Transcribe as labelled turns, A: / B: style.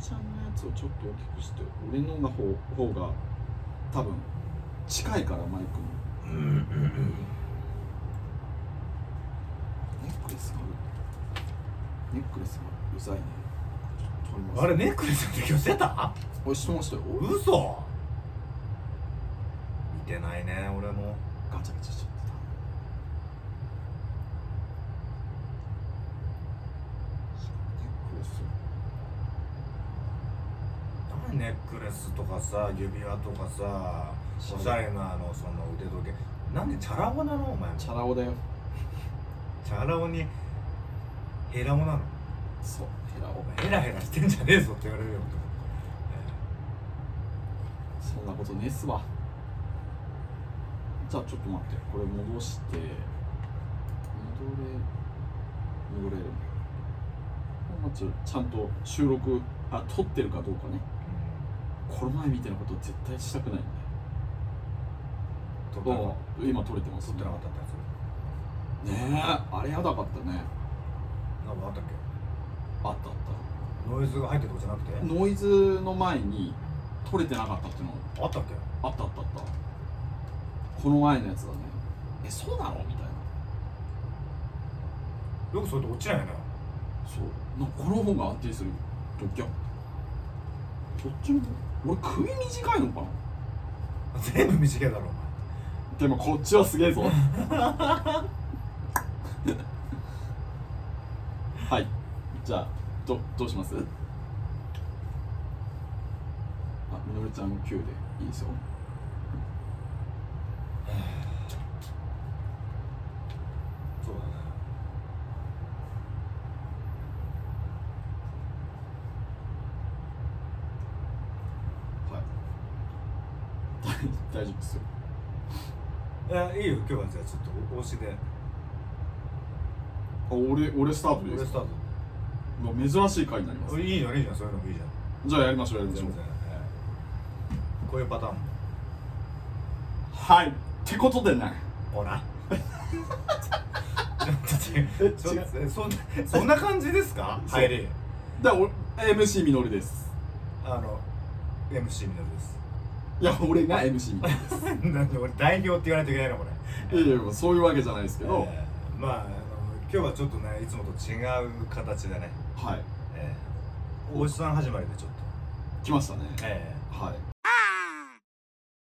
A: ちゃんのやつをちょっと大きくして俺のの方方が多分近いからマイクにネックレスがネックレスがうざいね取ります
B: あれネックレスの時寄せた
A: 俺してましたよ
B: 嘘見てないね俺も
A: ガチャガチャしちゃってたネックレス
B: なんでネックレスとかさ指輪とかさおしゃれなあのその腕時計なんでチャラ男なのお前も
A: チ
B: チ
A: ャラ男だよ
B: ャラ男にヘラ男なの
A: そうヘラ
B: お
A: 男
B: 前ヘラヘラしてんじゃねえぞって言われるよ
A: そんなことねえっすわじゃあちょっと待ってこれ戻して戻れ戻れるまあちょちゃんと収録あ撮ってるかどうかねこの前みたいなこと絶対したくないんで
B: と
A: どうも今撮れてます
B: 撮ってなかったってや
A: ねえあれやだかったね
B: つなんかあったっけ
A: あったあっ
B: ノイズが入ってるとこじゃなくて
A: たノイズの前に撮れてなかったっていうの
B: あったっけ
A: あったあったあったこの前のやつだねえそうなのみたいな
B: よくそれって落ちないよね
A: そうなんかこの方が安定するドキャこっちの俺首短いのかな
B: 全部短いだろお前
A: でもこっちはすげえぞ はいじゃあどどうしますあみのるちゃん9でいいですよ
B: そうだね
A: はい 大丈夫ですよ
B: いやいいよ今日はじゃあちょっとお押しで
A: あ俺俺スタートで
B: 俺
A: す
B: スター
A: まあ珍しい回になりま
B: ト
A: す
B: いいじゃんいいじゃんそういうのもいいじゃん
A: じゃあやりましょうやりましょ
B: 全
A: う
B: 然こういうパターンも
A: はいってことでね
B: ほ らちょっと違うちょそんそんな感じですか
A: そう
B: 入り
A: だから俺 MC みのりです
B: あの MC みたいです
A: いや俺が MC みのりです
B: なんで俺代表って言わないといけないのこれ
A: いやいやもうそういうわけじゃないですけど、
B: えーまああの今日はちょっとねいつもと違う形でね
A: はい
B: えー大石さん始まりでちょっと
A: 来ましたね
B: ええ
A: はい